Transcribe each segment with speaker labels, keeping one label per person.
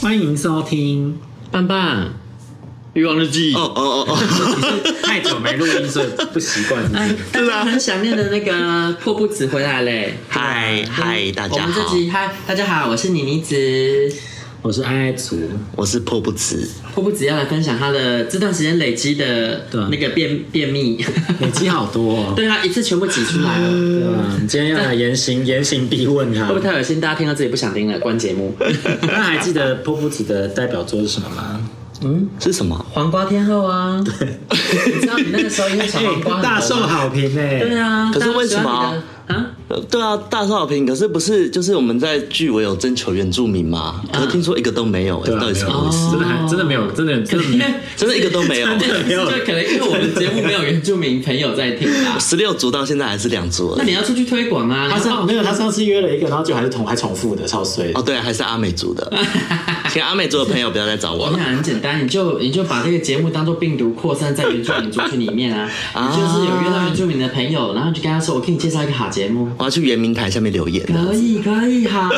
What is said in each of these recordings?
Speaker 1: 欢迎收听，
Speaker 2: 棒棒，
Speaker 3: 欲望日记哦，
Speaker 1: 太久没录音，所以不习惯是不
Speaker 2: 哎
Speaker 1: 是。，
Speaker 2: 大家很想念的那个破布子回来嘞！
Speaker 3: 嗨嗨大家好
Speaker 2: 我们这集嗨，大家好，我是妮妮子。
Speaker 1: 我是爱爱族，
Speaker 3: 我是破不辞，
Speaker 2: 破布子要来分享他的这段时间累积的
Speaker 1: 对啊
Speaker 2: 那个便便秘，
Speaker 1: 累积好多、哦。
Speaker 2: 对啊，一次全部挤出来了。
Speaker 1: 对吧？你今天要来严刑严刑逼问他
Speaker 2: 会不。会太恶心？大家听到自己不想听了，关节目。
Speaker 1: 那还记得破布子的代表作是什么吗？
Speaker 3: 是什么？
Speaker 2: 黄瓜天后啊，你知道你那个时候因为小黄 瓜很红吗
Speaker 1: 哎大受好评哎、
Speaker 2: 对啊，
Speaker 3: 可是为什么
Speaker 2: 大家喜欢你的啊？
Speaker 3: 呃对啊，大少好评。可是不是就是我们在剧委有征求原住民嘛？可是听说一个都啊没有、欸，
Speaker 1: 对啊，
Speaker 3: 到底什
Speaker 1: 没有
Speaker 3: 么意思？
Speaker 1: 真的还真的没有，真的真的没有。
Speaker 3: 真的一个都没有。，
Speaker 1: 没有
Speaker 2: 就可能因为我们节目没有原住民朋友在听啊
Speaker 3: 十六组到现在还是两组而
Speaker 2: 那
Speaker 3: 已。
Speaker 2: 你要出去推广啊。
Speaker 1: 他
Speaker 2: 你
Speaker 1: 上没有，他上次约了一个，然后就还是重还重复的，超衰
Speaker 3: 哦，
Speaker 1: 的。
Speaker 3: 对、还是阿美族 的。请阿美族的朋友不要再找我
Speaker 2: 我
Speaker 3: 了
Speaker 2: 想。很简单，你就你就把这个节目当做病毒扩散在原住民族群里面啊。你就是有约到原住民的朋友，然后就跟他说，我给你介绍一个好节目。
Speaker 3: 我要去圆明台下面留 言
Speaker 2: 可
Speaker 3: 了。
Speaker 2: 以，可以，好。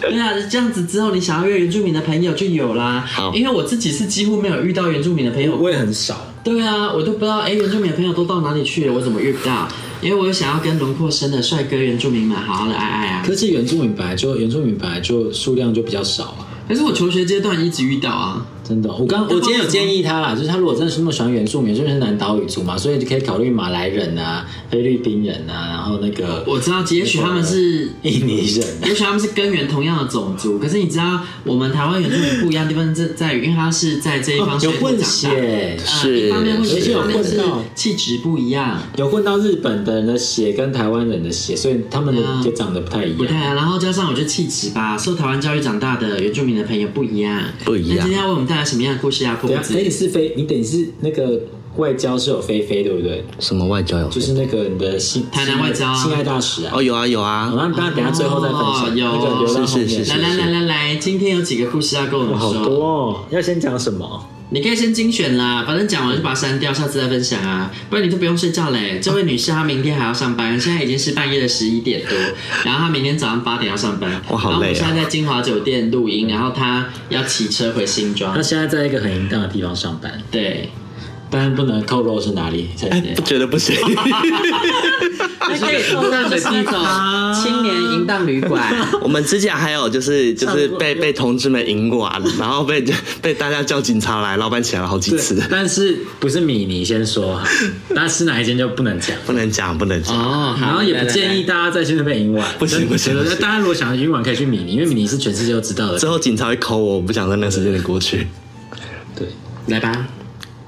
Speaker 2: 对啊，这样子之后，你想要约原住民的朋友就有啦。
Speaker 3: 好
Speaker 2: 因为我自己是几乎没有遇到原住民的朋友。
Speaker 1: 我也很少，
Speaker 2: 对啊，我都不知道，哎，原住民的朋友都到哪里去了？我怎么遇不到？因为我想要跟轮廓深的帅哥原住民们好好的爱爱啊。
Speaker 1: 可是原住民本来就原住民本来就数量就比较少啊。
Speaker 2: 可是我求学阶段一直遇到啊。
Speaker 1: 真的，我刚我今天有建议他啦，就是他如果真的是那么喜欢原住民，就是南岛语族嘛，所以就可以考虑马来人啊、菲律宾人啊，然后那个
Speaker 2: 我知道，也
Speaker 1: 啊
Speaker 2: 许他们是，
Speaker 1: 印尼人啊。
Speaker 2: 也许他们是根源同样的种族。可是你知道，我们台湾原住民不一样的地方在在于，因为他是在这一方
Speaker 1: 哦有
Speaker 2: 水土
Speaker 1: 混
Speaker 2: 长大。
Speaker 1: 血，
Speaker 3: 是
Speaker 2: 呃一方面会
Speaker 1: 而且
Speaker 2: 一
Speaker 1: 有
Speaker 2: 方面是
Speaker 1: 混到
Speaker 2: 气质不一样，
Speaker 1: 有混到日本的人的血跟台湾人的血，所以他们的
Speaker 2: 对啊
Speaker 1: 也长得不太一
Speaker 2: 不
Speaker 1: 样。
Speaker 2: 太。啊然后加上我觉得气质吧，受台湾教育长大的原住民的朋友不一样。
Speaker 3: 不一样
Speaker 2: 那今天要为我们带来什么样的故事啊？破
Speaker 1: 对啊，
Speaker 2: 子
Speaker 1: 哎，你是非，你等于是那个外交是有菲菲对不对？
Speaker 3: 什么外交有？
Speaker 1: 就是那个你的性
Speaker 2: 台南外交啊
Speaker 1: 性爱大使啊。
Speaker 3: 哦，有啊有啊
Speaker 1: 好，。那当然等一下最后再分
Speaker 2: 哦
Speaker 1: 享。
Speaker 2: 有
Speaker 1: 那个留到后面
Speaker 3: 是是
Speaker 2: 来来来来来，今天有几个故事要跟我们
Speaker 1: 哇好
Speaker 2: 说，
Speaker 1: 多哦，要先讲什么？
Speaker 2: 你可以先精选啦，反正讲完就把它删掉，下次再分享啊，不然你都不用睡觉嘞。这位女士她明天还要上班，现在已经是半夜的十一点 多，然后她明天早上八点要上班，
Speaker 3: 哇好
Speaker 2: 然后我
Speaker 3: 累
Speaker 2: 们
Speaker 3: 啊
Speaker 2: 现在在金华酒店录音，然后她要骑车回新庄
Speaker 1: 他，现在在一个很淫荡的地方上班。
Speaker 2: 对，
Speaker 1: 当然不能透露是哪里，才
Speaker 3: 哎，不 觉得不 行。
Speaker 2: 那可以送到的是那种青年淫荡旅馆。
Speaker 3: 我们之前还有就是就是被被同志们赢过啊，然后被 被大家叫警察来，老板起来了好几次，
Speaker 1: 但是不是米妮先 说，那是哪一间就不能讲。
Speaker 3: 不能讲不能讲。
Speaker 2: 哦，
Speaker 1: 然后也不建议大家再去那边赢玩，
Speaker 3: 不行
Speaker 1: 真的
Speaker 3: 不行不行
Speaker 1: 大家如果想要赢玩，可以去米尼，因为米尼是全世界都知道
Speaker 3: 之
Speaker 1: 的。
Speaker 3: 后警察会扣我，我不想在那个时间里过去。
Speaker 1: 对，
Speaker 2: 来吧。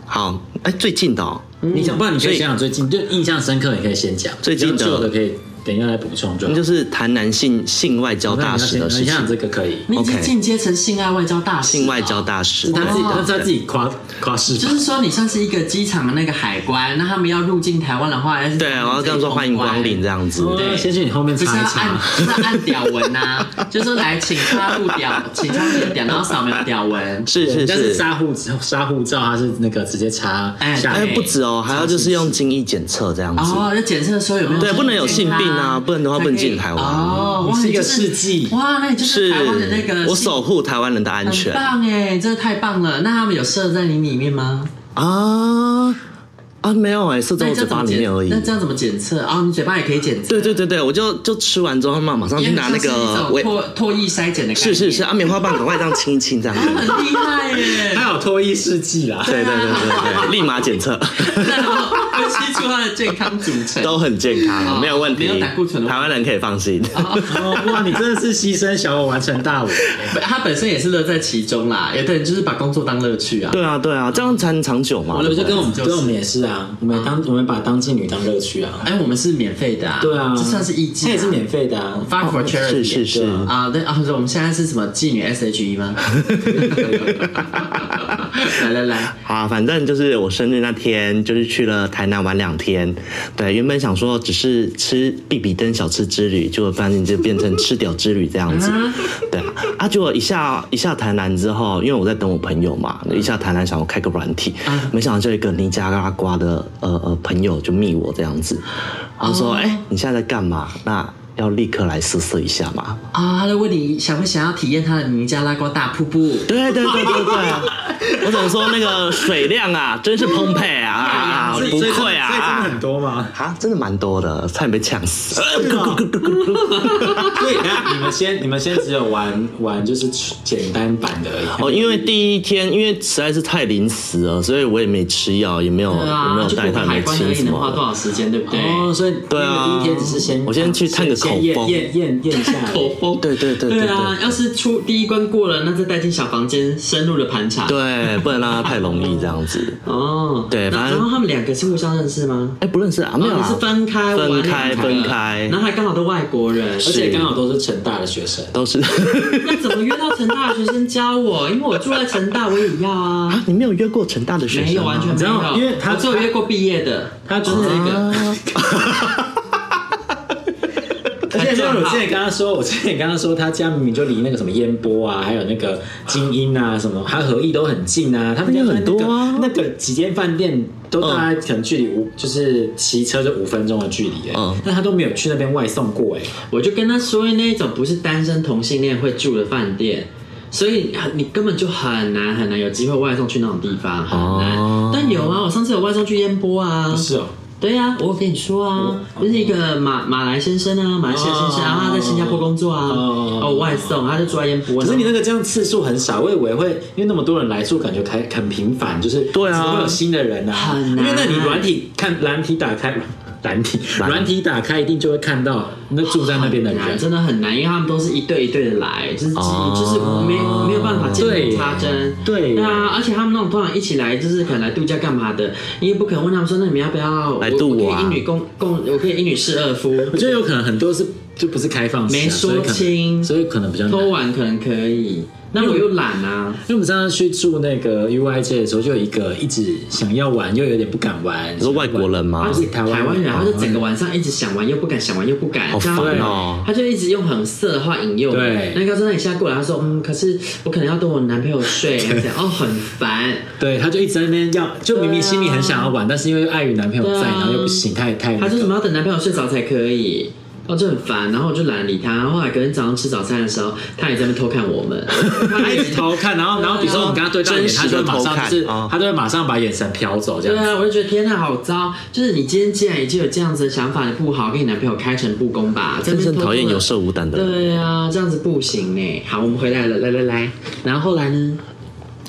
Speaker 3: 好，哎，最近的、哦，
Speaker 1: 你想，不然你可
Speaker 3: 所
Speaker 1: 以
Speaker 3: 以
Speaker 1: 想想最近，就印象深刻，你可以先讲。
Speaker 3: 最近的
Speaker 1: 比较旧的可以等一下来补充就好。
Speaker 3: 那就是谈男性性外
Speaker 1: 那
Speaker 3: 交
Speaker 1: 你
Speaker 3: 大
Speaker 1: 要
Speaker 3: 使
Speaker 1: 先
Speaker 3: 的事
Speaker 1: 你
Speaker 3: 情
Speaker 1: 想，想这个可以，
Speaker 2: 你已经
Speaker 3: OK
Speaker 2: 进阶成性爱外交大使了，
Speaker 3: 性外交大使
Speaker 1: 是，他自己，他
Speaker 3: 哦
Speaker 1: 是他自己夸夸是
Speaker 2: 就
Speaker 1: 吧？
Speaker 2: 是说你算是一个机场的那个海关，那他们要入境台湾的话，还是
Speaker 3: 对，啊我要这样说，欢迎光临这
Speaker 2: 样。
Speaker 3: 样子。
Speaker 1: 哦对，先去你后面
Speaker 2: 不是
Speaker 1: 查
Speaker 2: 要
Speaker 1: 一
Speaker 2: 按，
Speaker 1: 查。
Speaker 2: 不是要按屌纹 呐、啊，就是来请插入屌，请插入屌，然后扫描屌纹。
Speaker 3: 是是
Speaker 1: 但是
Speaker 3: 是，
Speaker 1: 杀护杀护照，他是那个直接插
Speaker 2: 哎
Speaker 1: 下
Speaker 3: 哎
Speaker 1: 面。
Speaker 3: 不止哦，还要就是用精液检测这样子。
Speaker 2: 哦，要检测说有没有
Speaker 3: 对不能有性病啊不然的话不能进台湾
Speaker 2: 哦，哇，
Speaker 1: 你是一个
Speaker 2: 你就是
Speaker 1: 世纪
Speaker 2: 哇，那你就是
Speaker 3: 是
Speaker 2: 台湾的那个，
Speaker 3: 我守护台湾人的安
Speaker 2: 很
Speaker 3: 全
Speaker 2: 棒哎，真的太棒了。那他们有射在你里面吗？
Speaker 3: 啊啊，没有哎，射在
Speaker 2: 那
Speaker 3: 我
Speaker 2: 这样怎
Speaker 3: 嘴巴
Speaker 2: 么
Speaker 3: 里
Speaker 2: 检
Speaker 3: 面而已
Speaker 2: 那。这样怎么检测？哦，你嘴巴也可以检测。
Speaker 3: 对对对对，我就就吃完之后嘛，马上
Speaker 2: 也很
Speaker 3: 去拿
Speaker 2: 像
Speaker 3: 那
Speaker 2: 是一
Speaker 3: 个
Speaker 2: 种
Speaker 3: 维，
Speaker 2: 唾唾液筛检的感觉。
Speaker 3: 是是是，，啊，棉花棒赶快这样清一清这样
Speaker 2: 很
Speaker 3: 子。
Speaker 2: 厉害耶。
Speaker 1: 他有脱衣世纪啦。
Speaker 3: 对对对对对，立马检测。
Speaker 2: 然后分析出它的健康组成。
Speaker 3: 都很健康，
Speaker 2: 哦
Speaker 3: 没有问题
Speaker 2: 没有胆固醇的问题
Speaker 3: 台湾人可以放心。
Speaker 1: 哦哇，你真的是牺牲小我完成大我。
Speaker 2: 他本身也是乐在其中啦，有的人就是把工作当乐趣啊。
Speaker 3: 对啊，对啊，这样才能长久嘛。
Speaker 1: 我的
Speaker 3: 对
Speaker 1: 就
Speaker 3: 啊不对
Speaker 1: 跟我们
Speaker 2: 就是
Speaker 1: 跟我们也是啊，我们当我们把当妓女当乐趣啊。
Speaker 2: 哎，我们是免费的啊。
Speaker 1: 对啊，
Speaker 2: 这算是义
Speaker 1: 它
Speaker 2: 妓，
Speaker 1: 也是免费的啊。
Speaker 2: 发 for charity。
Speaker 3: 是是是，
Speaker 2: 啊，对啊，我们现在是什么妓女 S H E 吗？ 来来来，
Speaker 3: 好啊，反正就是我生日那天，就是去了台南玩两天。对，原本想说只是吃必比登小吃之旅，结果发现就变成吃屌之旅这样子。对啊，啊，结果一下一下台南之后，因为我在等我朋友嘛，一下台南想要开个软体，没想到就有一个尼加拉瓜的呃呃朋友就密我这样子，他说：“哎、你现在在干嘛？那要立刻来试试一下嘛。”
Speaker 2: 啊，他就问你想不想要体验他的尼加拉瓜大瀑布？
Speaker 3: 对对对对对，我总说那个水量啊，真是澎湃啊啊，啊不愧啊
Speaker 1: 所以真的
Speaker 3: 啊
Speaker 1: 很多 嘛。
Speaker 3: 啊，真的蛮多的，差点被呛死。
Speaker 1: 所以等啊下你们先，你们先只有玩玩就是简单版的而已。
Speaker 3: 哦，因为第一天因为实在是太临时了，所以我也没吃药，也没有
Speaker 2: 对
Speaker 3: 也没
Speaker 2: 啊，
Speaker 3: 有
Speaker 2: 就
Speaker 3: 带
Speaker 2: 过
Speaker 3: 他
Speaker 2: 海
Speaker 3: 没
Speaker 2: 关而
Speaker 3: 亲
Speaker 2: 已，
Speaker 3: 什
Speaker 2: 能花
Speaker 3: 么
Speaker 2: 多少
Speaker 3: 的。
Speaker 2: 时间，对不对？
Speaker 1: 哦，所以
Speaker 3: 对啊
Speaker 1: 那个第一天只是先，
Speaker 3: 我先去探个口
Speaker 1: 先验
Speaker 3: 风
Speaker 1: 验验验一下而已。
Speaker 2: 口风，
Speaker 3: 对对对对
Speaker 2: 对啊！要是出第一关过了，那再带进小房间深入的盘查。
Speaker 3: 对，不能让他太容易这样子。
Speaker 2: 哦，
Speaker 3: 对
Speaker 2: 然
Speaker 3: 反正
Speaker 2: 然后他们两个是互相认识吗？
Speaker 3: 哎，不认识啊，
Speaker 1: 嗯
Speaker 3: 没有
Speaker 2: 哦你
Speaker 3: 啊
Speaker 2: 是，分开玩两
Speaker 3: 分开
Speaker 2: 场
Speaker 3: 分
Speaker 2: 的
Speaker 3: 开
Speaker 2: 然后还刚好都外国人，
Speaker 1: 而且刚好都是成大的学生。
Speaker 3: 都是。
Speaker 2: 那哎怎么约到成大的学生教我？因为我住在成大，我也要 啊。
Speaker 3: 你没有约过成大的学
Speaker 2: 没
Speaker 3: 生啊
Speaker 2: 有，
Speaker 3: 吗？
Speaker 2: 完全没
Speaker 1: 你知道
Speaker 2: 有，
Speaker 1: 因为他
Speaker 2: 我只有约过毕业的，
Speaker 1: 他就是那个， 而且啊像我之前跟他说，我之前跟他说，他家明明就离那个什么烟波啊，还有那个金鹰啊，什么，他和义都很近啊，他们家
Speaker 3: 那
Speaker 1: 在
Speaker 3: 也
Speaker 1: 那
Speaker 3: 很
Speaker 1: 个
Speaker 3: 多啊
Speaker 1: 那个几间饭店都大概可能距离五，就是骑车就五分钟的距离、欸，
Speaker 3: 嗯
Speaker 1: 但他都没有去那边外送过、欸，
Speaker 2: 我就跟他说那种不是单身同性恋会住的饭店，所以你根本就很难很难有机会外送去那种地方，很难。
Speaker 3: 哦
Speaker 2: 但有啊，我上次有外送去烟波啊，
Speaker 1: 不是哦、
Speaker 2: 对呀、我有跟你说啊，就是一个马马来先生啊，马来西亚先生，
Speaker 1: 哦
Speaker 2: 然后他在新加坡工作啊，
Speaker 1: 哦
Speaker 2: 哦，外送，他就住在烟波。
Speaker 1: 可是你那个这样次数很少，我以为会因为那么多人来住，感觉开很频繁，就是
Speaker 3: 对啊
Speaker 1: 只会有新的人啊，
Speaker 2: 很
Speaker 1: 因
Speaker 2: 难
Speaker 1: 为那你软体看软体打开，软体
Speaker 3: 软
Speaker 1: 软体打开一定就会看到那住在那边 的
Speaker 2: 很难
Speaker 1: 人。
Speaker 2: 真的很难，因为他们都是一对一对的来，就是几、
Speaker 3: 啊哦
Speaker 2: 就是没有没有办法见缝插针。
Speaker 1: 对
Speaker 2: 对啊，而且他们那种通常一起来就是可能来度假干嘛的，你也不可能问他们说，那你们要不要
Speaker 3: 来度
Speaker 2: 我？我
Speaker 3: 啊
Speaker 2: 可以一女共共，我可以一女侍二 夫。
Speaker 1: 我觉得有可能很多是就不是开放式啊、
Speaker 2: 没说
Speaker 1: 所以可能
Speaker 2: 清
Speaker 1: 所以可能比较难。
Speaker 2: 偷玩可能可以，那我又懒啊。
Speaker 1: 因为我们上次去住那个 UIJ 的时候，就有一个一直想要玩又有点不敢玩，
Speaker 3: 哦你说外国人吗
Speaker 2: 他？是台
Speaker 1: 台
Speaker 2: 湾
Speaker 1: 湾
Speaker 2: 人，啊
Speaker 1: 人啊
Speaker 2: 他就整个晚上一直想玩又不敢，想玩又不敢，
Speaker 3: 好
Speaker 2: 这样
Speaker 3: 烦哦
Speaker 2: 他就一直用很色的话引诱你。
Speaker 1: 对
Speaker 2: 那你告诉他你现在过来，他说嗯，可是我可能要跟我男朋友 睡，这样哦，很烦。
Speaker 1: 对，他就一直在那边要，就明明心里很想要玩，但是因为碍于男朋友在，
Speaker 2: 对啊
Speaker 1: 然后又不行，太太那
Speaker 2: 他
Speaker 1: 个
Speaker 2: 说什么要等男朋友睡着才可以。哦，就很烦，然后我就懒得理他。然后后来隔天早上吃早餐的时候，他也在那边偷看我 们，
Speaker 1: 他一直偷看，然后然后比如说我们跟他对到眼，
Speaker 3: 真实
Speaker 1: 他就
Speaker 3: 的
Speaker 1: 会马
Speaker 3: 偷
Speaker 1: 上
Speaker 3: 看
Speaker 1: 就是
Speaker 3: 啊
Speaker 1: 他就会马上把眼神瞟走这
Speaker 2: 对
Speaker 1: 样子。
Speaker 2: 啊，我就觉得天呐，好糟！就是你今天既然已经有这样子的想法，你不好好跟你男朋友开诚布公吧。
Speaker 3: 真是
Speaker 2: 是
Speaker 3: 很讨厌有色无胆的人。
Speaker 2: 对啊，这样子不行呢。好，我们回来了，来来来，然后后来呢？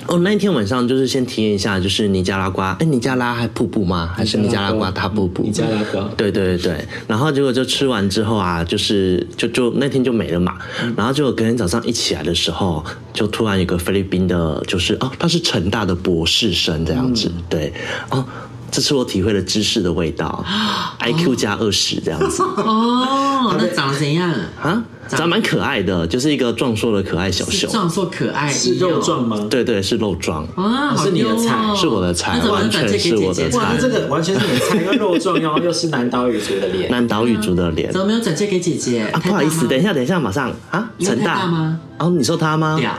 Speaker 3: 哦，那一天晚上就是先体验一下，就是尼加拉瓜，哎，尼加拉还瀑布吗？还是尼加拉瓜大瀑布？
Speaker 1: 尼加拉瓜
Speaker 3: 对对对对，然后结果就吃完之后啊，就是就就那天就没了嘛。
Speaker 2: 嗯
Speaker 3: 然后结果隔天早上一起来的时候，就突然有个菲律宾的，就是哦，他是成大的博士生这样
Speaker 2: 嗯
Speaker 3: 子，对，哦。这是我体会了知识的味道、i
Speaker 2: 啊
Speaker 3: q 加二十 这样子
Speaker 2: 哦，那长得怎样？
Speaker 3: 啊，长蛮可爱的，就是一个壮硕的可爱小
Speaker 2: 是
Speaker 3: 熊，
Speaker 2: 壮硕可爱，
Speaker 1: 是肉壮吗？
Speaker 3: 对对，是肉壮，
Speaker 2: 啊，好
Speaker 1: 是你
Speaker 2: 丢
Speaker 1: 的菜
Speaker 2: 哦！
Speaker 3: 是我的菜
Speaker 2: 那怎么能转借给姐
Speaker 3: 完全是
Speaker 2: 姐
Speaker 3: 我的菜
Speaker 2: 哇
Speaker 1: 哇，
Speaker 2: 那
Speaker 1: 那
Speaker 2: 这
Speaker 1: 这
Speaker 2: 个
Speaker 1: 个完全是你的菜，因为肉 壮，然后又是南岛语族的脸。
Speaker 3: 南岛语族的脸
Speaker 2: 怎。么没有转借给姐姐？
Speaker 3: 啊，
Speaker 2: 嗯太
Speaker 3: 不好意
Speaker 2: 大
Speaker 3: 思，
Speaker 2: 吗
Speaker 3: 等一下，等一下，马上啊，
Speaker 2: 因为
Speaker 3: 成
Speaker 2: 太大吗？
Speaker 3: 哦，你说他吗？
Speaker 2: 屌，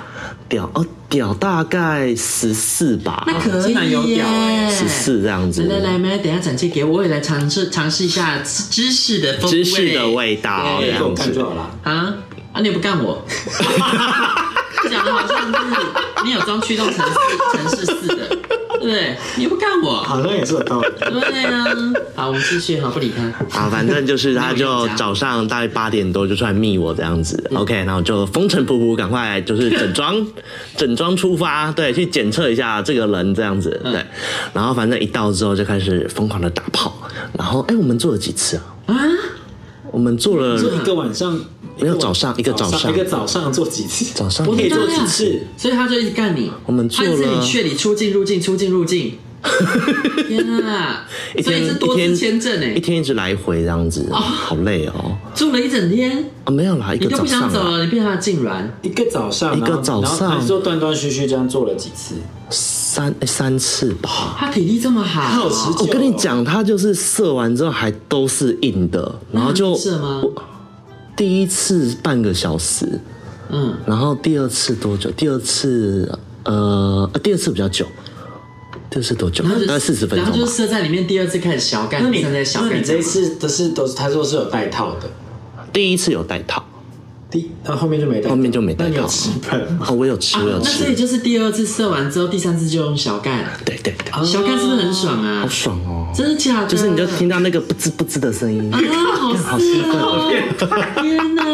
Speaker 3: 屌哦，屌大概十四吧，
Speaker 2: 那可
Speaker 1: 真的有
Speaker 2: 以耶
Speaker 1: 屌哎！
Speaker 3: 十四这样子。
Speaker 2: 来来来，妹，等一下转借给我，我也来尝试尝试一下芝士的风味。
Speaker 3: 芝士的味道这
Speaker 1: 对，给我
Speaker 3: 样
Speaker 1: 看就
Speaker 3: 子。
Speaker 1: 好了。
Speaker 2: 啊啊！你也不干 我，讲的好像是你有装驱动城市城市似的。
Speaker 4: 对，你又不看我。
Speaker 1: 好像也是有道理。
Speaker 4: 对呀、
Speaker 2: 啊
Speaker 4: 好，我们继续，好，不理他。
Speaker 3: 啊，反正就是他
Speaker 4: 没有
Speaker 3: 就
Speaker 4: 人家
Speaker 3: 早上大概八点多就出来密我这样子、o
Speaker 4: 嗯
Speaker 3: k 然后就风尘仆仆赶快就是整装 整装出发，对，去检测一下这个人这样
Speaker 4: 嗯
Speaker 3: 子，对，然后反正一到之后就开始疯狂的打炮，然后哎、我们做了几次啊？
Speaker 4: 啊，
Speaker 3: 我们做了
Speaker 1: 就一个晚上，
Speaker 3: 没有早上一个早上
Speaker 1: 一个早上做几次？
Speaker 3: 早上
Speaker 1: 我可以做
Speaker 4: 对啊
Speaker 1: 几次？
Speaker 4: 所以他就一直干你。
Speaker 3: 我们做
Speaker 4: 他一直在
Speaker 3: 了
Speaker 4: 你确里出进入境，出进入 境。天啊！
Speaker 3: 一
Speaker 4: 所
Speaker 3: 天
Speaker 4: 以是多
Speaker 3: 一
Speaker 4: 次
Speaker 3: 天
Speaker 4: 签证哎
Speaker 3: 一，天一直来回这样子，好累哦。
Speaker 4: 住了一整天，
Speaker 3: 啊，没有啦，一
Speaker 4: 你
Speaker 3: 个
Speaker 4: 就
Speaker 3: 早
Speaker 4: 不想
Speaker 3: 上
Speaker 4: 走
Speaker 3: 啦
Speaker 4: 了，你变成他的痉挛。
Speaker 1: 一个早上，
Speaker 3: 一个
Speaker 1: 然后
Speaker 3: 早上
Speaker 1: 然后他就断断续续这样做了几次，
Speaker 3: 三哎三次吧。
Speaker 4: 他体力这么好，
Speaker 1: 好持久。
Speaker 3: 我跟你，讲，他就是射完之后还都是硬的，然后就
Speaker 4: 射吗？
Speaker 3: 第一次半个小时，
Speaker 4: 嗯，
Speaker 3: 然后第二次多久？第二次呃，呃第二次比较久，第二次多久？
Speaker 4: 然后
Speaker 3: 大
Speaker 4: 就
Speaker 3: 概四十分
Speaker 4: 然后
Speaker 3: 钟
Speaker 4: 就
Speaker 3: 吧。
Speaker 4: 射在里面，第二次开始小干，
Speaker 1: 那
Speaker 4: 第
Speaker 1: 你
Speaker 4: 三次在小
Speaker 1: 那
Speaker 4: 干。
Speaker 1: 你这一次的是都是他说是有带套的，
Speaker 3: 第一次有带套，
Speaker 1: 第那后面就没带套，
Speaker 3: 后面就没带
Speaker 1: 那你有
Speaker 3: 套
Speaker 1: 吃本吗？
Speaker 3: 啊，我有吃，我有
Speaker 4: 那所
Speaker 3: 吃
Speaker 4: 以，就是第二次射完之后，第三次就用小干，
Speaker 3: 对对对，
Speaker 4: 小干是不是很爽啊
Speaker 3: 好？爽哦！
Speaker 4: 真的假的？
Speaker 3: 就是你就听到那个不吱不吱的声音，
Speaker 4: 啊，好色哦！天哪！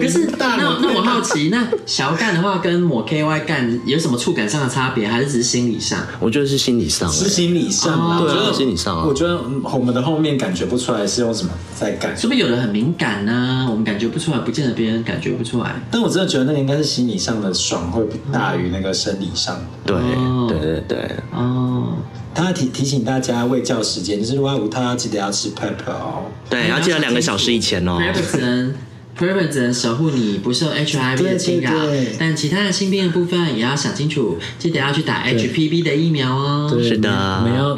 Speaker 4: 可是那那我好奇，那小干的话跟抹 KY 干有什么触感上的差别，还是只是心理上？
Speaker 3: 我觉得是心理上，
Speaker 1: 是
Speaker 3: 欸
Speaker 1: 心理上啦，
Speaker 3: 对啊
Speaker 1: 我觉得
Speaker 3: 心理上啊
Speaker 1: 我觉得嗯我们的后面感觉不出来是用什么在感，
Speaker 4: 是不是有的很敏感呢、我们感觉不出来，不见得别人感觉不 出来。
Speaker 1: 但我真的觉得那个应该是心理上的爽会大于那个生理上的。
Speaker 3: 对
Speaker 4: 哦
Speaker 3: 对对对。
Speaker 4: 哦，
Speaker 1: 他提提醒大家喂教时间，就是外五他记得要吃 pepper 哦。
Speaker 3: 对，要记得两个小时以前哦。
Speaker 4: Prevent 只能 Prevent 只能守护你不受 HIV 的侵扰
Speaker 1: 对对对，
Speaker 4: 但其他的性病的部分也要想清楚，记得要去打 HPV 的疫苗哦。
Speaker 3: 是的
Speaker 1: 我们要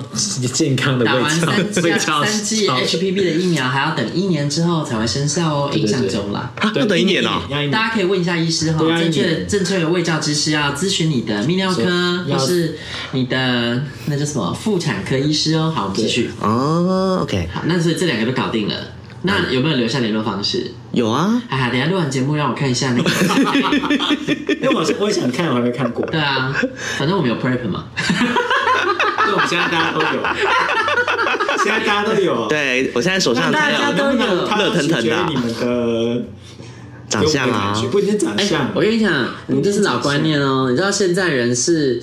Speaker 1: 健康的
Speaker 4: 打完三
Speaker 1: 喂
Speaker 4: 剂
Speaker 1: 教
Speaker 4: 三剂 HPV 的疫苗，还要等一年之后才会生效哦。印象中啦，
Speaker 3: 啊要等一年哦。
Speaker 1: 要一
Speaker 4: 大
Speaker 1: 年
Speaker 4: 家可以问一下医师哈，
Speaker 1: 对啊
Speaker 4: 正确
Speaker 1: 一
Speaker 4: 的
Speaker 1: 年
Speaker 4: 正确的卫教知识要咨询你的泌尿科
Speaker 1: 是要
Speaker 4: 或是你的那叫什么妇产科医师哦。好，我们继续。
Speaker 3: 哦，OK，
Speaker 4: 好，那所以这两个都搞定了，那有没有留下联络方式？
Speaker 3: 有啊，
Speaker 4: 哎呀，等一下录完节目让我看一下那 个。
Speaker 1: 因为我我也想看，我还没看过。
Speaker 4: 对啊，反正我们有 prep 嘛。
Speaker 1: 对，我们现在大家都 有，现在大家都有。
Speaker 3: 对我现在手上还
Speaker 4: 大家
Speaker 3: 有
Speaker 4: 都有
Speaker 1: 它
Speaker 3: 热腾腾的啊
Speaker 1: 取决于你们的
Speaker 3: 长相啊
Speaker 1: 给我们的感觉，不一定长
Speaker 4: 哎、
Speaker 1: 相。
Speaker 4: 我跟你讲，你这是老观念哦。你知道现在人是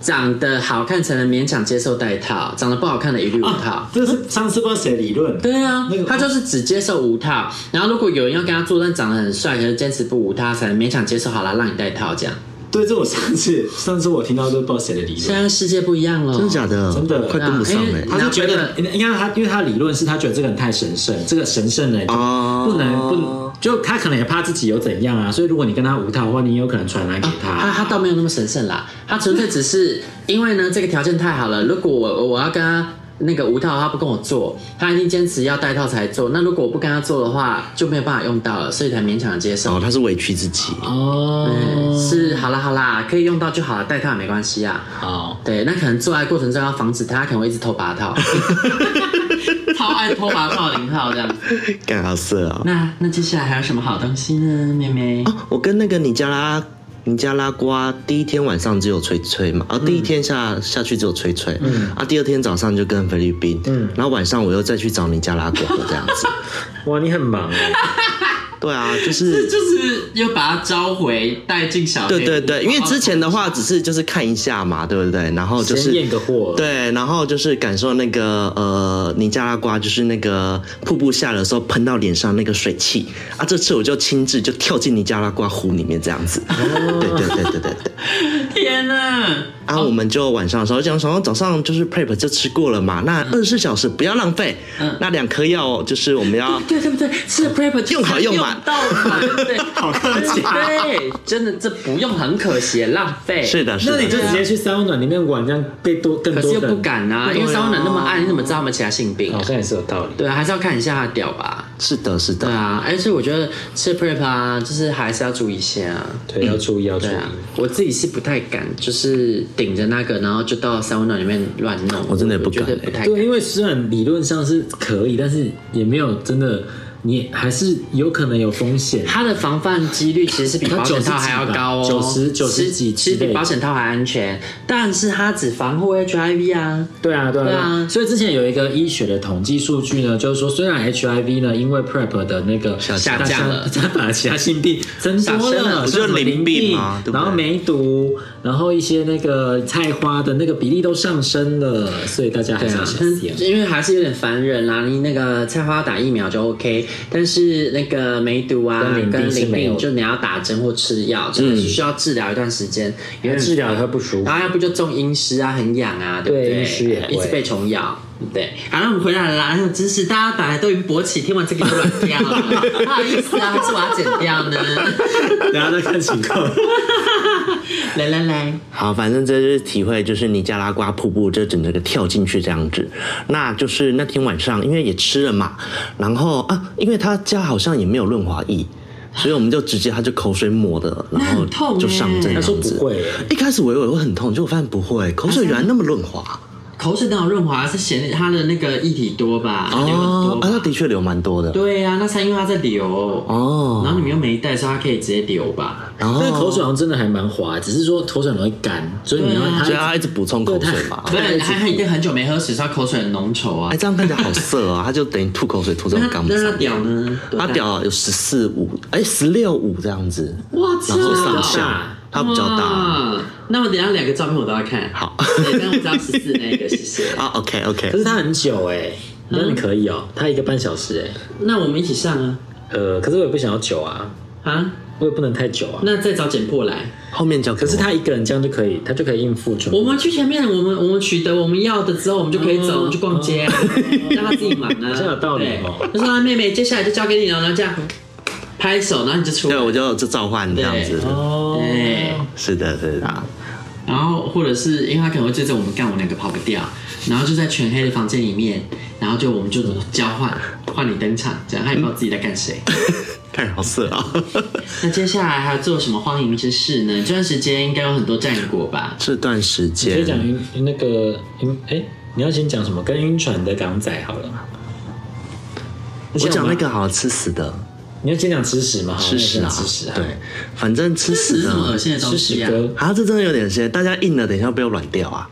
Speaker 4: 长得好看才能勉强接受戴套，长得不好看的一律无套。
Speaker 1: 这是上次不知道谁理论，
Speaker 4: 对啊
Speaker 1: 那个，
Speaker 4: 他就是只接受无套，然后如果有人要跟他做，但长得很帅，可是坚持不无套，他才能勉强接受。好啦，让你戴套这样。
Speaker 1: 对，这我上次上次我听到都不知道谁的理
Speaker 4: 现
Speaker 1: 论。
Speaker 4: 在世界不一样了，
Speaker 3: 真的假？的？
Speaker 1: 真的
Speaker 3: 快跟不上
Speaker 4: 因
Speaker 3: 哎
Speaker 4: 为。
Speaker 1: 他是觉得，应该他，因为他理论是他觉得这个人太神圣，这个神圣的人就
Speaker 3: 哦
Speaker 1: 不能不能，就他可能也怕自己有怎样啊，所以如果你跟他无套的话，你有可能传染给
Speaker 4: 啊他他倒没有那么神圣啦，他纯粹只是因为呢这个条件太好了，如果我我要跟他那个无套，他不跟我做，他一定坚持要戴套才做。那如果我不跟他做的话，就没有办法用到了，所以才勉强地接
Speaker 3: 哦，
Speaker 4: 受。
Speaker 3: 他是委屈自己，
Speaker 1: 哦
Speaker 4: 嗯，是好啦好啦，可以用到就好了，戴套也没关系啊。
Speaker 1: 好，
Speaker 4: 对，那可能做爱过程中要防止他，可能会一直偷拔 套，超爱偷拔套零号这样子。
Speaker 3: 干好色啊！
Speaker 4: 那那接下来还有什么好东西呢，妹妹？
Speaker 3: 啊我跟那个尼加拉尼加拉瓜第一天晚上只有吹吹嘛，啊，第一天下下去只有吹吹，啊，第二天早上就跟菲律宾，然后晚上我又再去找尼加拉瓜这样 子。
Speaker 1: 哇，你很忙哎，
Speaker 3: 对啊， 就是。
Speaker 4: 就是又把他召回带进小
Speaker 3: 对对对，因为之前的话只是就是看一下嘛，对不对？然后就
Speaker 1: 先
Speaker 3: 是
Speaker 1: 验个货，，
Speaker 3: 对，然后就是感受那个呃尼加拉瓜，就是那个瀑布下的时候喷到脸上那个水汽啊。这次我就亲自就跳进尼加拉瓜湖里面这样子。
Speaker 1: 哦
Speaker 3: 对对对对对对。
Speaker 4: 天呐，
Speaker 3: 啊，我们就晚上的时候讲，想说早上就是 prep 就吃过了嘛，
Speaker 1: 嗯
Speaker 3: 那二十四小时不要浪费。那两颗药就是我们要
Speaker 4: 对对不对？是 prep 就是
Speaker 3: 用好用满
Speaker 4: 到满， 对，好客
Speaker 1: 气
Speaker 4: 对，真的这不用很可惜，浪费。
Speaker 3: 是的，是
Speaker 1: 那
Speaker 3: 的。
Speaker 1: 你就直接去三温暖里面玩，这样被多更
Speaker 4: 可
Speaker 1: 多
Speaker 4: 是又
Speaker 1: 的人
Speaker 4: 不，敢啊，因为烧暖那么暗，你怎么知道他们其他性病
Speaker 3: 哦
Speaker 4: 啊
Speaker 1: 好？像也是有道理。
Speaker 4: 对啊，还是要看一下他的屌吧。
Speaker 3: 是的，是的
Speaker 4: 对。啊，而且我觉得吃 prep 啊，就是还是要注意一些啊。
Speaker 1: 对，要注意，要注
Speaker 4: 对
Speaker 1: 意。
Speaker 4: 啊，我自己是不太敢，就是顶着那个，然后就到三温暖里面乱弄。
Speaker 3: 我真的也不敢欸
Speaker 1: 啊
Speaker 4: 觉得不太敢。
Speaker 1: 对，因为虽然理论上是可以，但是也没有真的你还是有可能有风险。
Speaker 4: 它的防范几率其实是比保险套还要高哦，
Speaker 1: 它90几吧90
Speaker 4: 其实
Speaker 1: 几
Speaker 4: 其实
Speaker 1: 之类
Speaker 4: 比
Speaker 1: 的
Speaker 4: 保险套还安全，但是它只防护 HIV 啊。
Speaker 1: 对啊，对啊，
Speaker 4: 对啊
Speaker 1: 所以之前有一个医学的统计数据呢，就是说虽然 HIV 呢因为 PrEP 的那个
Speaker 3: 下
Speaker 4: 下降了
Speaker 1: 它反而其他性病增
Speaker 4: 上
Speaker 1: 多
Speaker 4: 升了
Speaker 1: 了，
Speaker 3: 不就
Speaker 1: 像什么
Speaker 3: 淋
Speaker 1: 淋
Speaker 3: 病吗对不对
Speaker 1: 然后梅毒，然后一些那个菜花的那个比例都上升了，所以大家还是要小心。
Speaker 4: 因为还是有点烦人啦、你那个菜花打疫苗就 OK，但是那个梅毒啊
Speaker 1: 跟淋病
Speaker 4: 跟
Speaker 1: 是
Speaker 4: 淋
Speaker 1: 没有的
Speaker 4: 病，
Speaker 1: 嗯
Speaker 4: 就你要打针或吃药，真的是需要治疗一段时间，因为
Speaker 1: 治疗也会不舒服
Speaker 4: 然后要不就中阴虱啊，很痒啊，对不
Speaker 1: 对
Speaker 4: 对？
Speaker 1: 阴虱也会
Speaker 4: 一直被虫咬。对，好，那我们回来了啦。哎呦，真是大家本来都已经勃起，听完这个就软掉了，不好意思啊，还是我要剪掉 呢。
Speaker 1: 然后再看情况。
Speaker 4: 来来来，
Speaker 3: 好，反正这就是体会，就是尼加拉瓜瀑布这整个跳进去这样子。那就是那天晚上，因为也吃了嘛，然后啊，因为他家好像也没有润滑液。所以我们就直接，他就口水抹的，然
Speaker 4: 那很
Speaker 3: 后
Speaker 4: 痛
Speaker 3: 就上阵这
Speaker 1: 他
Speaker 3: 样
Speaker 1: 说不
Speaker 3: 子。
Speaker 1: 会，
Speaker 3: 一开始我以为会很痛，结果发现不会，口水原来那么 润滑
Speaker 4: 口水那种润滑是嫌它的那个液体多吧？流得
Speaker 3: 哦
Speaker 4: 多，吧
Speaker 3: 啊，它的确流蛮多的
Speaker 4: 对呀、啊，那是因为它在流
Speaker 3: 哦
Speaker 4: 然后你们又没带，所以它可以直接流吧？
Speaker 3: 然
Speaker 1: 但是口
Speaker 3: 后
Speaker 1: 水好像真的还蛮滑，只是说口水很容易干，所以你要
Speaker 4: 对啊
Speaker 3: 所以
Speaker 1: 它
Speaker 3: 他一直补充口水嘛。
Speaker 4: 不然它它一定很久没喝水，所以它口水很浓稠啊
Speaker 3: 哎，。这样看起来好色啊！他就等于吐口水吐在我
Speaker 4: 那
Speaker 3: 肛门
Speaker 4: 那
Speaker 3: 上
Speaker 4: 它。屌呢？
Speaker 3: 他屌有十四五，哎，十六五这样子。
Speaker 4: 哇，
Speaker 3: 然后上
Speaker 4: 这么
Speaker 3: 下，它比较大。
Speaker 4: 哇那我等一下两个照片我都要看。
Speaker 3: 好
Speaker 4: 对，但我只要十四那个，谢谢。
Speaker 3: 啊，OK
Speaker 1: 可
Speaker 3: OK，
Speaker 1: 是它很久哎、那你可以哦、它一个半小时哎、
Speaker 4: 那我们一起上啊
Speaker 1: 呃，可是我也不想要久啊，
Speaker 4: 啊！
Speaker 1: 我也不能太久啊。
Speaker 4: 那再找简破来，
Speaker 3: 后面交给
Speaker 1: 可是
Speaker 3: 我
Speaker 1: 他一个人这样就可以，他就可以应付全
Speaker 4: 我
Speaker 1: 部。
Speaker 4: 们去前面，我们我们取得我们要的之后，我们就可以
Speaker 2: 嗯
Speaker 1: 嗯
Speaker 4: 走，我们去逛街啊，让他自己忙啊。
Speaker 1: 好像哦有道理哦
Speaker 4: 对就说啊妹妹，接下来就交给你了，然后这样拍手，然后你就出来。
Speaker 3: 对我就就召唤这样子。
Speaker 1: 哦
Speaker 4: 对，
Speaker 3: 是的，是的。
Speaker 4: 然后或者是因为他可能会追着我们干，我们两个跑不掉，然后就在全黑的房间里面，然后就我们就交换，换你登场，这样他也不知道自己在干谁。
Speaker 3: 看起来好 色啊！
Speaker 4: 那接下来还要做什么荒淫之事呢？这段时间应该有很多战果吧？
Speaker 3: 这段时
Speaker 1: 你可以讲
Speaker 3: 间，
Speaker 1: 晕那个晕，哎、你要先讲什么？跟晕船的港仔好了。
Speaker 3: 我讲那个好了吃屎的，
Speaker 1: 你要先讲吃屎嘛，好
Speaker 3: 吃屎
Speaker 1: 那你先讲
Speaker 3: 啊
Speaker 1: 吃屎，啊，
Speaker 3: 对，反正吃
Speaker 4: 这是
Speaker 3: 屎
Speaker 4: 什么恶
Speaker 3: 的，
Speaker 4: 心的东
Speaker 1: 吃
Speaker 4: 西
Speaker 1: 屎
Speaker 4: 啊？
Speaker 1: 哥。
Speaker 3: 啊，这真的有点些，大家硬了，等一下被我软掉啊。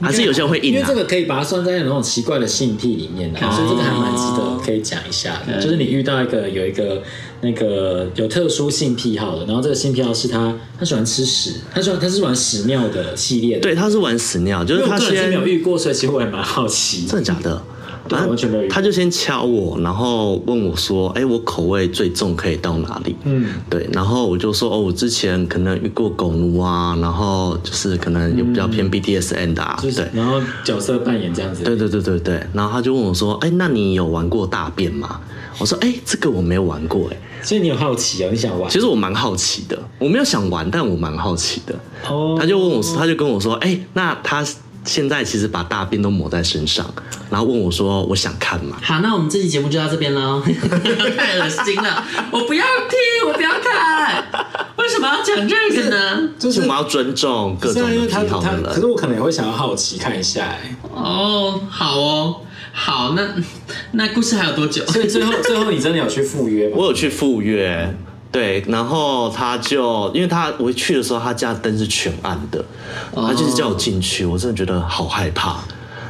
Speaker 3: 还是有些人会
Speaker 1: 因
Speaker 3: 硬
Speaker 1: 为
Speaker 3: 啊
Speaker 1: 这，个可以把它算在那种奇怪的性癖里面的，啊
Speaker 3: 哦
Speaker 1: 所以这个还蛮值得可以讲一下
Speaker 3: 嗯
Speaker 1: 的。就是你遇到一个有一个那个有特殊性癖好的，然后这个性癖好是他他喜欢吃屎，他喜欢他是玩屎尿的系列的，
Speaker 3: 对，他是玩屎尿，就
Speaker 1: 因
Speaker 3: 是
Speaker 1: 为我
Speaker 3: 他
Speaker 1: 个人是
Speaker 3: 先
Speaker 1: 没有遇过，所以其实我也蛮好奇。
Speaker 3: 真的假的？
Speaker 1: 对
Speaker 3: 反正
Speaker 1: 完全没有遇过
Speaker 3: 他就先敲我，然后问我说：“哎、我口味最重可以到哪里？”
Speaker 1: 嗯，
Speaker 3: 对，然后我就说：“哦，我之前可能遇过狗奴啊，然后就是可能有比较偏 BDSM 的啊，
Speaker 1: 嗯就是
Speaker 3: 对。”
Speaker 1: 然后角色扮演这样子，
Speaker 3: 对对对对对，然后他就问我说：“哎、那你有玩过大便吗？”我说：“哎、这个我没有玩过、哎，
Speaker 1: 所以你有好奇哦，你想玩？
Speaker 3: 其实我蛮好奇的，我没有想玩，但我蛮好奇的。
Speaker 1: 哦
Speaker 3: 他就问我，他就跟我说：“哎、那他现在其实把大便都抹在身上，然后问我说：我想看吗？”
Speaker 4: 好，那我们这期节目就到这边喽， 太恶心了，我不要听，我不要看，为什么要讲这个呢？
Speaker 3: 就是我们要尊重各
Speaker 1: 是
Speaker 3: 种
Speaker 1: 啊，因为
Speaker 3: 有
Speaker 1: 他
Speaker 3: 癖好
Speaker 1: 他
Speaker 3: 的
Speaker 1: 可是
Speaker 3: 人。
Speaker 1: 我可能也会想要好奇看一下哎。
Speaker 4: 哦，好哦，好，那那故事还有多久？
Speaker 1: 所以最后最后你真的有去赴约吗？
Speaker 3: 我有去赴约，对，然后他就因为他我去的时候，他家灯是全暗的，
Speaker 1: 哦
Speaker 3: 他就是叫我进去，我真的觉得好害怕，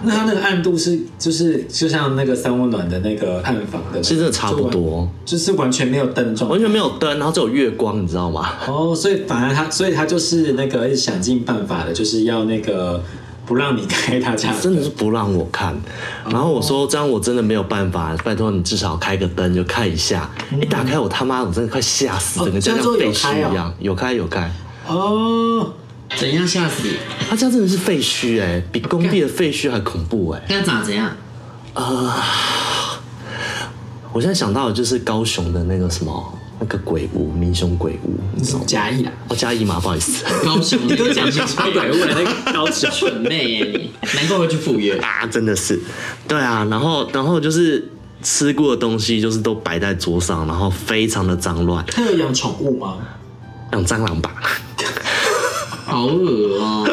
Speaker 1: 那他那个暗度是就是就像那个三温暖的那个暗房的那个，
Speaker 3: 其实真的差不多，
Speaker 1: 就是完全没有灯状
Speaker 3: 完。全没有灯，然后只有月光，你知道吗？
Speaker 1: 哦，所以反而他，所以他就是那个一直想尽办法的，就是要那个不让你开他 家的
Speaker 3: 真
Speaker 1: 灯
Speaker 3: 的是不让我看，
Speaker 1: 哦
Speaker 3: 然后我说这样我真的没有办法，拜托你至少开个灯就看一下。一打开我他妈我真的快吓死，
Speaker 1: 嗯哦
Speaker 3: 整个家
Speaker 1: 这样
Speaker 3: 像
Speaker 1: 做有
Speaker 3: 废墟
Speaker 1: 开哦
Speaker 3: 一样，有开有开。
Speaker 1: 哦。
Speaker 4: 怎样吓死你？
Speaker 3: 他家真的是废墟哎、比工地的废墟还恐怖哎、
Speaker 4: 那长怎样？
Speaker 3: 我现在想到的就是高雄的那个什么那个鬼屋，民雄鬼屋，你知道吗？
Speaker 1: 嘉义啊啦，
Speaker 3: 哦，嘉义嘛，不好意思
Speaker 4: 高雄，你都讲清楚
Speaker 1: 鬼屋的那个高手
Speaker 4: 蠢妹耶你，难怪会去赴约。
Speaker 3: 啊，真的是，对啊，然后然后就是吃过的东西就是都摆在桌上，然后非常的脏乱，
Speaker 1: 他有养宠物吗？
Speaker 3: 养蟑螂吧。
Speaker 4: 好恶哦、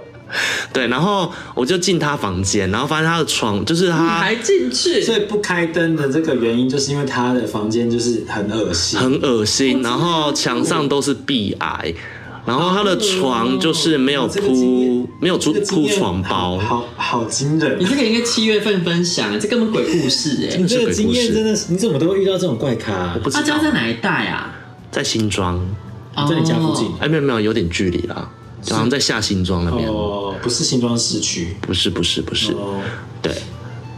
Speaker 3: 对，然后我就进他房间，然后发现他的床就是
Speaker 4: 你
Speaker 3: 他
Speaker 4: 还进去，
Speaker 1: 所以不开灯的这个原因，就是因为他的房间就是很恶心，
Speaker 3: 很恶
Speaker 1: 哦
Speaker 3: 心，然后墙上都是壁癌，然后他的床就是没有
Speaker 1: 这个经验
Speaker 3: 铺没有铺
Speaker 1: 哦这个经
Speaker 3: 铺
Speaker 1: 验
Speaker 3: 床
Speaker 1: 好
Speaker 3: 包，
Speaker 1: 好好惊人啊
Speaker 4: 你。这个应该七月份分享，啊这根本鬼故事哎、
Speaker 3: 真的
Speaker 1: 这
Speaker 3: 是
Speaker 1: 个
Speaker 3: 鬼
Speaker 1: 经
Speaker 3: 故
Speaker 1: 验真
Speaker 3: 事。
Speaker 1: 的是，你怎么都会遇到这种怪咖、啊？
Speaker 3: 不知
Speaker 4: 他家
Speaker 3: 道
Speaker 4: 在哪一带啊？
Speaker 3: 在新庄，
Speaker 1: 在你家附近
Speaker 3: 哎，没有没有，有点距离啦，好像在下新庄那边，
Speaker 1: 哦，不是新庄市区
Speaker 3: 不是不是不是，
Speaker 1: 哦，
Speaker 3: 对，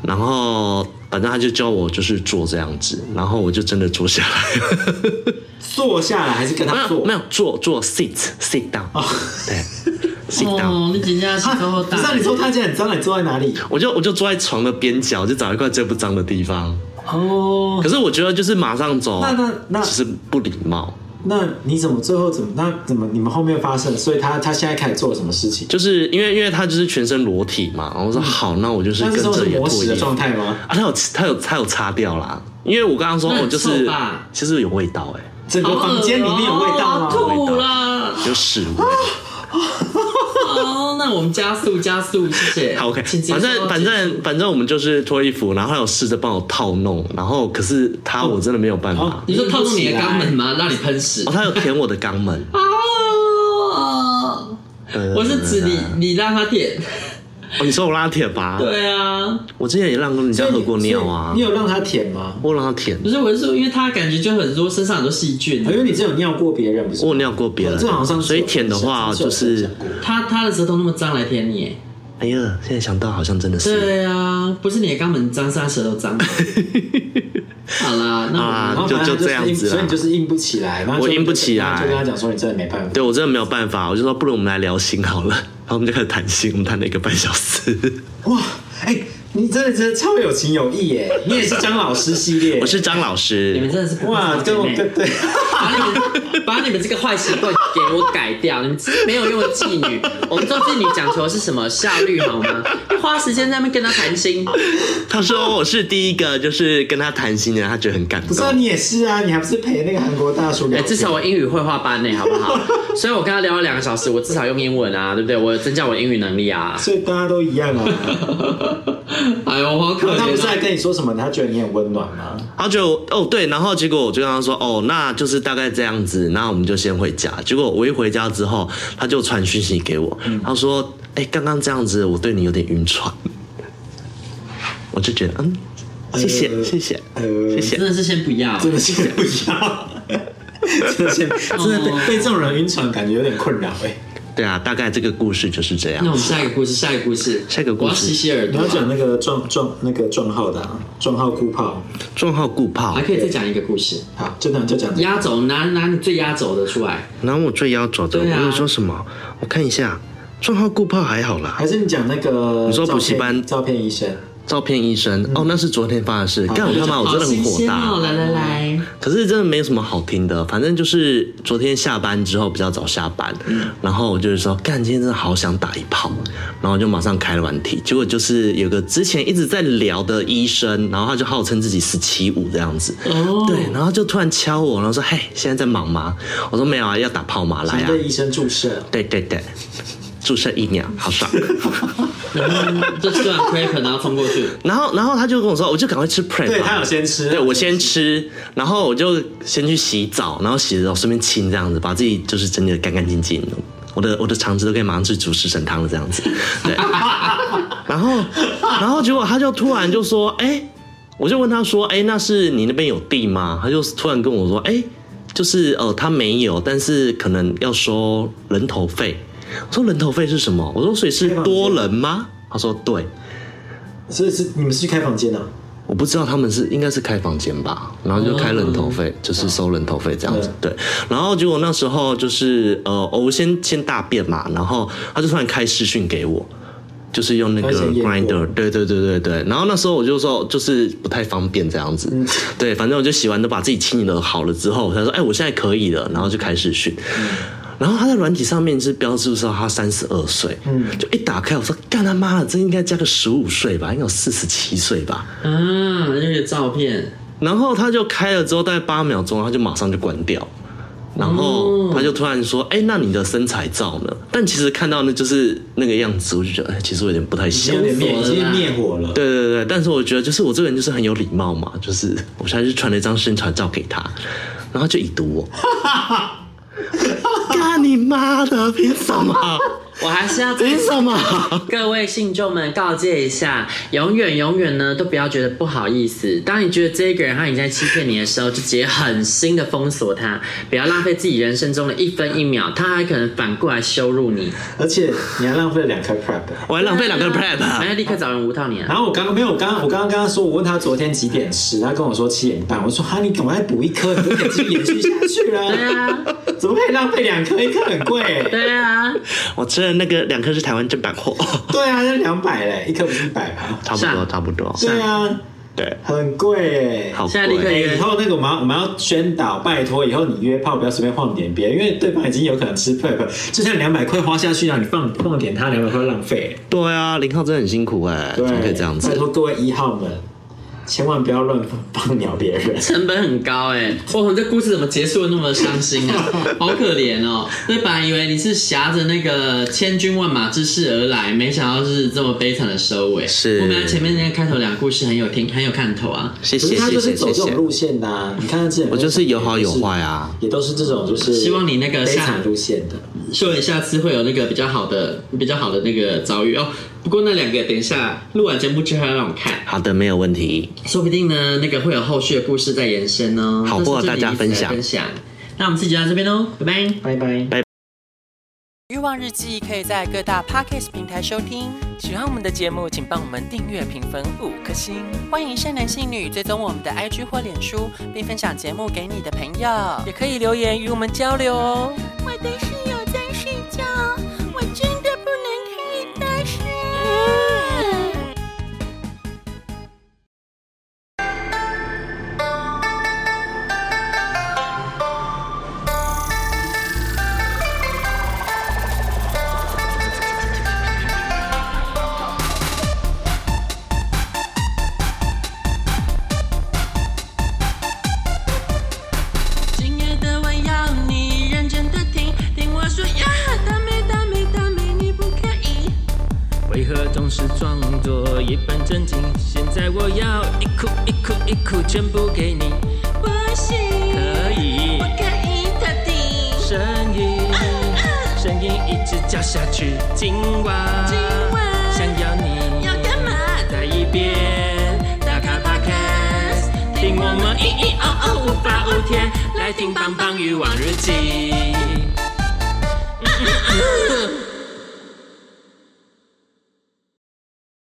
Speaker 3: 然后反正他就教我就是坐这样子，然后我就真的坐下来，
Speaker 1: 坐下来还是跟
Speaker 3: 没
Speaker 1: 他
Speaker 3: 有
Speaker 1: 坐？哦
Speaker 3: 没
Speaker 1: 有，
Speaker 3: 有坐坐 sit sit down，对 sit
Speaker 4: 哦。
Speaker 3: down。
Speaker 4: 哦，你人家是
Speaker 1: 不
Speaker 4: 多大？
Speaker 1: 是啊你说他今天很脏，你坐在哪里？
Speaker 3: 我就我就坐在床的边角，就找一块最不脏的地方。
Speaker 1: 哦，
Speaker 3: 可是我觉得就是马上走，
Speaker 1: 那那那
Speaker 3: 其实不礼貌。
Speaker 1: 那你怎么最后怎么那怎么你们后面发生？所以他他现在开始做了什么事情？
Speaker 3: 就是因为因为他就是全身裸体嘛，然后我说好，那我就是
Speaker 1: 嗯那
Speaker 3: 跟
Speaker 1: 时候
Speaker 3: 着
Speaker 1: 是
Speaker 3: 也
Speaker 1: 磨
Speaker 3: 脱
Speaker 1: 屎
Speaker 3: 衣
Speaker 1: 的
Speaker 3: 服
Speaker 1: 状
Speaker 3: 啊，
Speaker 1: 态吗？
Speaker 3: 他有他有他有擦掉啦，因为我刚刚说
Speaker 4: 那很
Speaker 3: 我就是
Speaker 4: 臭吧
Speaker 3: 其实有味道哎、
Speaker 1: 整个房间里面有味道吗？
Speaker 4: 好恶哦吐了。
Speaker 3: 有屎味。
Speaker 4: 哦，那我们加速加速，谢谢。
Speaker 1: 啊
Speaker 3: 好 OK，
Speaker 4: 请结束
Speaker 3: 反正反正反正我们就是脱衣服，然后他有试着帮我套弄，然后可是他我真的没有办法，
Speaker 1: 哦
Speaker 4: 你说套住你的肛门吗？让你喷屎
Speaker 3: 哦，他有舔我的肛门，
Speaker 1: 哦
Speaker 4: 啊！
Speaker 3: 对
Speaker 4: 我是指你，你让他舔。
Speaker 3: 哦，你说我让他舔吧，
Speaker 4: 对啊，
Speaker 3: 我之前也让人家喝过尿
Speaker 1: 所
Speaker 3: 啊
Speaker 1: 以你，有让他舔吗？
Speaker 3: 我让他舔，
Speaker 4: 不是我是说，因为他感觉就很多身上很多细菌
Speaker 1: 因，为你真有尿过别人，不是吗？
Speaker 3: 我有尿过别人
Speaker 1: 哦这好像
Speaker 3: 所以舔的话就是
Speaker 4: 他他的舌头那么脏来舔你耶。
Speaker 3: 哎呀，现在想到好像真的是，
Speaker 4: 对啊，不是你的肛门脏，是他舌头脏。好啦，那我们
Speaker 3: 啊
Speaker 1: 然后反正
Speaker 3: 就就这样子啦
Speaker 1: 就是硬所以你就是硬不起来，然后就
Speaker 3: 我硬不起来
Speaker 1: 然后就跟他讲说你真的没办法。
Speaker 3: 对我真的没有办法，我就说不如我们来聊心好了，然后我们就开始谈心，我们谈了一个半小时。
Speaker 1: 哇，哎、你真的真的超有情有义耶！ 你也是张老师系列，
Speaker 3: 我是张老
Speaker 4: 你们
Speaker 3: 师，
Speaker 4: 真的是
Speaker 1: 哇，跟我跟对，
Speaker 4: 把你们把你们这个坏习惯给我改掉，你们没有用的妓女。我们做妓女讲求的是什么效率好吗？花时间在那边跟他谈心，
Speaker 3: 他说我是第一个就是跟他谈心的人，他觉得很感
Speaker 1: 不是啊
Speaker 3: 动。
Speaker 1: 你也是啊，你还不是陪那个韩国大叔
Speaker 4: 哎、
Speaker 1: 聊天？
Speaker 4: 至少我英语绘画班呢、好不 好？所以我跟他聊了两个小时，我至少用英文啊，对不对？我有增加我的英语能力啊。
Speaker 1: 所以大家都一样啊。
Speaker 4: 哎呦，我好
Speaker 1: 然
Speaker 4: 可
Speaker 1: 后他不是还
Speaker 4: 怜、啊。
Speaker 1: 跟你说什么？他觉得你很温暖吗？
Speaker 3: 他就哦对，然后结果我就跟他说哦，那就是大概这样子，那我们就先回家。结果我一回家之后，他就传讯息给我，
Speaker 4: 嗯
Speaker 3: 他说哎，刚刚这样子我对你有点晕船，我就觉得嗯，谢谢
Speaker 1: 呃
Speaker 3: 谢谢
Speaker 1: 呃
Speaker 3: 谢谢
Speaker 4: 真，的是先不要，
Speaker 1: 真的先不要，真的先真的被被这种人晕船，感觉有点困扰哎。
Speaker 3: 对啊，大概这个故事就是这样
Speaker 4: 那我。们下一个故事，下一个故事，
Speaker 3: 下一个故事
Speaker 4: 我要洗洗耳
Speaker 1: 你
Speaker 4: 朵、
Speaker 1: 要讲
Speaker 4: 啊，
Speaker 1: 那个撞撞那个撞号的啊，撞号酷炮，
Speaker 3: 撞号顾炮
Speaker 4: 还，可以再讲一个故事。
Speaker 1: 好，就那就讲这个
Speaker 4: 压轴，拿拿你最压轴的出来。
Speaker 3: 然后我最要走的，我
Speaker 4: 对啊
Speaker 3: 跟你说什么？我看一下，撞号顾炮还好啦
Speaker 1: 还。是你讲那个？
Speaker 3: 你说补习班
Speaker 1: 照片医生？
Speaker 3: 照片医生，
Speaker 4: 嗯
Speaker 3: 哦，那是昨天发生的事。干我干嘛？我真的很
Speaker 4: 哦好新
Speaker 3: 火
Speaker 4: 鲜
Speaker 3: 大。
Speaker 4: 哦！来来来，
Speaker 3: 可是真的没有什么好听的，反正就是昨天下班之后比较早下班，
Speaker 4: 嗯
Speaker 3: 然后我就是说，干，今天真的好想打一炮，然后就马上开软体，结果就是有个之前一直在聊的医生，然后他就号称自己十七五这样子，
Speaker 4: 哦
Speaker 3: 对，然后就突然敲我，然后说，嘿，现在在忙吗？我说没有啊，要打炮嘛，来
Speaker 1: 你
Speaker 3: 啊，
Speaker 1: 对医生注射？
Speaker 3: 对对对，注射疫苗，好爽。
Speaker 4: 就吃完 crepe 然后冲过去，
Speaker 3: 然后，然后他就跟我说，我就赶快吃 prep，
Speaker 1: 对
Speaker 3: 吧
Speaker 1: 他有先吃，啊
Speaker 3: 对我先吃，然后我就先去洗澡，然后洗了澡顺便亲这样子，把自己就是整理的干干净净。我的我的肠子都可以马上去煮食神汤了这样子，对。然后然后结果他就突然就说，哎、我就问他说，哎、那是你那边有地吗？他就突然跟我说，哎、就是呃他没有，但是可能要收人头费。我说人头费是什么？我说所以是多人吗？他说对。
Speaker 1: 所以是你们是去开房间啊？
Speaker 3: 我不知道他们是应该是开房间吧，然后就开人头费，就是收人头费这样子。对，然后结果那时候就是呃，哦我先先大便嘛，然后他就突然开视讯给我，就是用那个
Speaker 1: 他先验过
Speaker 3: Grinder，对对对对对。然后那时候我就说就是不太方便这样子，对，反正我就洗完都把自己清理的好了之后，他说哎、我现在可以了，然后就开视讯。然后他在软体上面是标注说他三十二岁，嗯，就一打开我说干他妈的，这应该加个十五岁吧，应该有四十七岁吧，
Speaker 4: 啊，那个照片，
Speaker 3: 然后他就开了之后，大概八秒钟，他就马上就关掉。然后他就突然说：“哎、那你的身材照呢？”但其实看到那就是那个样子，我就觉得哎其实我有点不太像。
Speaker 1: 有点灭，
Speaker 4: 无
Speaker 1: 已
Speaker 4: 所谓啦
Speaker 1: 经灭火了。
Speaker 3: 对对对，但是我觉得就是我这个人就是很有礼貌嘛，就是我现在就传了一张宣传照给他，然后他就已读我，干你妈的，凭什么？
Speaker 4: 我还是要
Speaker 3: 凭什么？
Speaker 4: 各位信众们告诫一下，永远永远呢都不要觉得不好意思。当你觉得这个人他已经在欺骗你的时候，就直接狠心的封锁他，不要浪费自己人生中的一分一秒，他还可能反过来羞辱你，
Speaker 1: 而且你还浪费了两颗 prep。
Speaker 3: 我还浪费两个 prep，、啊
Speaker 4: 然哎后立刻找人无套你啊！
Speaker 1: 然后我刚刚没有，我刚刚我刚刚跟他说，我问他昨天几点吃，他跟我说七点半。我说哈，你赶快补一颗，你不可以继续延续下去
Speaker 4: 对
Speaker 1: 了。
Speaker 4: 啊，
Speaker 1: 怎么可以浪费两颗？一颗很贵、
Speaker 4: 对啊，
Speaker 3: 我吃的那个两颗是台湾正版货，
Speaker 1: 对啊，那两百嘞，一颗不是一百吗？
Speaker 3: 差不
Speaker 4: 是
Speaker 3: 多
Speaker 4: 啊
Speaker 3: 差不多，
Speaker 1: 对啊，
Speaker 3: 对，
Speaker 1: 很贵哎、
Speaker 3: 好
Speaker 4: 现在立刻
Speaker 3: 贵。
Speaker 1: 哎以后那个我们要我们要宣导，拜托以后你约炮不要随便晃点别人，因为对方已经有可能吃 prep，就像两百块花下去啊，你放放点他两百块浪费、
Speaker 3: 对啊，林浩真的很辛苦哎、
Speaker 1: 对
Speaker 3: 怎么，可以这样
Speaker 1: 拜
Speaker 3: 子？
Speaker 1: 托各位一号们，千万不要乱放放鸟别人。
Speaker 4: 成本很高哎、哇，我们这故事怎么结束的那么伤心啊？ 好可怜哦！所以本来以为你是挟着那个千军万马之势而来，没想到是这么悲惨的收尾。
Speaker 3: 是
Speaker 4: 我本来前面那个开头两个故事很有听，很有看头啊。
Speaker 3: 谢
Speaker 1: 可
Speaker 3: 谢
Speaker 1: 是他
Speaker 3: 谢
Speaker 1: 就是
Speaker 3: 谢
Speaker 1: 走
Speaker 3: 谢
Speaker 1: 这种
Speaker 3: 谢。
Speaker 1: 路线的、啊，你看他之前分享的
Speaker 3: 我就是有好有坏啊
Speaker 1: 也都是，也都是这种就是
Speaker 4: 希望你那个
Speaker 1: 悲
Speaker 4: 下
Speaker 1: 惨路线的。
Speaker 4: 说你下次会有那个比较好的、比较好的那个遭遇哦。不过那两个等一下录完节目之后要让我看，
Speaker 3: 好的，没有问题。
Speaker 4: 说不定呢那个会有后续的故事再延伸哦。
Speaker 3: 好不好
Speaker 4: 这是这里
Speaker 3: 大家分享
Speaker 4: 一直在分享。那我们自己就到这边喽，拜拜。
Speaker 1: 拜拜。
Speaker 5: 欲望日记可以在各大 podcast 平台收听。喜欢我们的节目，请帮我们订阅、评分五颗星。欢迎善男信女追踪我们的 IG 或脸书，并分享节目给你的朋友，也可以留言与我们交流哦。
Speaker 6: 我的室友在睡觉，我真的不能开大声。今夜的我要你认真的听，听我说呀，大美大美大美，你不可以。
Speaker 2: 为何总是装作一本正经？现在我要一哭一哭一哭全部给你，
Speaker 6: 不行，
Speaker 2: 可以
Speaker 6: 不可以他听。
Speaker 2: 声音
Speaker 6: 啊
Speaker 2: 声音一直叫下去，今晚
Speaker 6: 今晚
Speaker 2: 想要你
Speaker 6: 要干嘛？
Speaker 2: 再一遍打卡 podcast，听我们咿咿哦哦无法无天，来听棒棒鱼网日记。